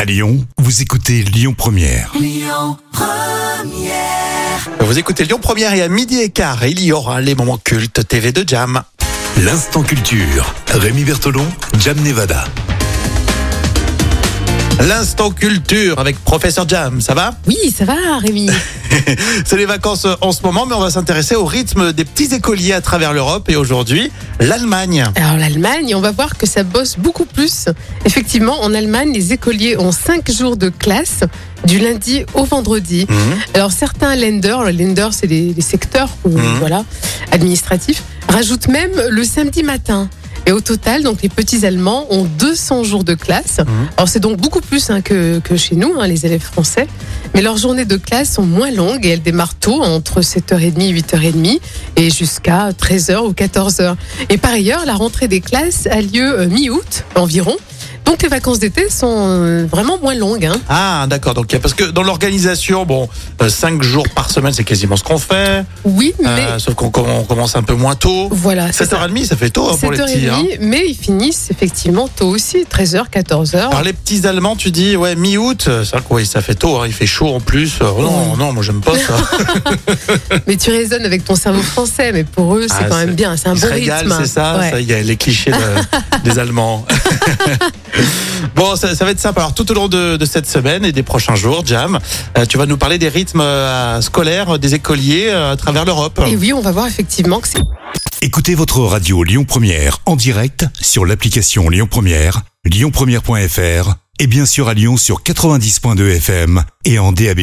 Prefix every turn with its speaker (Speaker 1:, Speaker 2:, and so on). Speaker 1: À Lyon, vous écoutez Lyon Première.
Speaker 2: Vous écoutez Lyon Première et à midi et quart, il y aura les moments cultes TV de Jam.
Speaker 1: L'instant culture. Rémi Bertolon, Jam Nevada.
Speaker 2: L'instant culture avec Professeur Jam, ça va
Speaker 3: Oui, ça va, Rémi.
Speaker 2: C'est les vacances euh, en ce moment, mais on va s'intéresser au rythme des petits écoliers à travers l'Europe et aujourd'hui, l'Allemagne.
Speaker 3: Alors l'Allemagne, on va voir que ça bosse beaucoup plus. Effectivement, en Allemagne, les écoliers ont 5 jours de classe du lundi au vendredi.
Speaker 2: Mhm.
Speaker 3: Alors certains lenders, le lender c'est les, les secteurs ou,
Speaker 2: Mhm.
Speaker 3: voilà, administratifs, rajoutent même le samedi matin. Et au total, donc les petits Allemands ont 200 jours de classe. Alors c'est donc beaucoup plus hein, que, que chez nous, hein, les élèves français. Mais leurs journées de classe sont moins longues et elles démarrent tôt, entre 7h30 et 8h30, et jusqu'à 13h ou 14h. Et par ailleurs, la rentrée des classes a lieu euh, mi-août environ. Donc les vacances d'été sont euh, vraiment moins longues. hein.
Speaker 2: Ah, d'accord, donc parce que dans l'organisation, bon, 5 jours par semaine, c'est quasiment ce qu'on fait,
Speaker 3: Oui, mais
Speaker 2: euh, sauf qu'on com- on commence un peu moins tôt.
Speaker 3: voilà. c'est ça.
Speaker 2: 7h30, ça fait tôt hein, pour les petits. hein.
Speaker 3: 7h30, mais ils finissent effectivement tôt aussi, 13h, 14h.
Speaker 2: Alors les petits Allemands, tu dis, ouais, mi-août, c'est vrai que oui, ça fait tôt, hein, il fait chaud en plus. Euh, non, non, moi j'aime pas ça.
Speaker 3: Mais tu raisonnes avec ton cerveau français, mais pour eux, c'est
Speaker 2: Ah,
Speaker 3: quand
Speaker 2: c'est-
Speaker 3: même bien, c'est un
Speaker 2: Ils
Speaker 3: bon
Speaker 2: se régalent,
Speaker 3: rythme. hein.
Speaker 2: c'est ça,
Speaker 3: Ouais.
Speaker 2: ça, Il y a les clichés de- des Allemands. bon, ça, ça va être sympa. Alors, tout au long de, de cette semaine et des prochains jours, Jam, euh, tu vas nous parler des rythmes euh, scolaires des écoliers euh, à travers l'Europe.
Speaker 3: Et oui, on va voir effectivement que c'est
Speaker 1: Écoutez votre radio Lyon Première en direct sur l'application Lyon Première, lyonpremière.fr et bien sûr à Lyon sur 90.2 FM et en DAB+.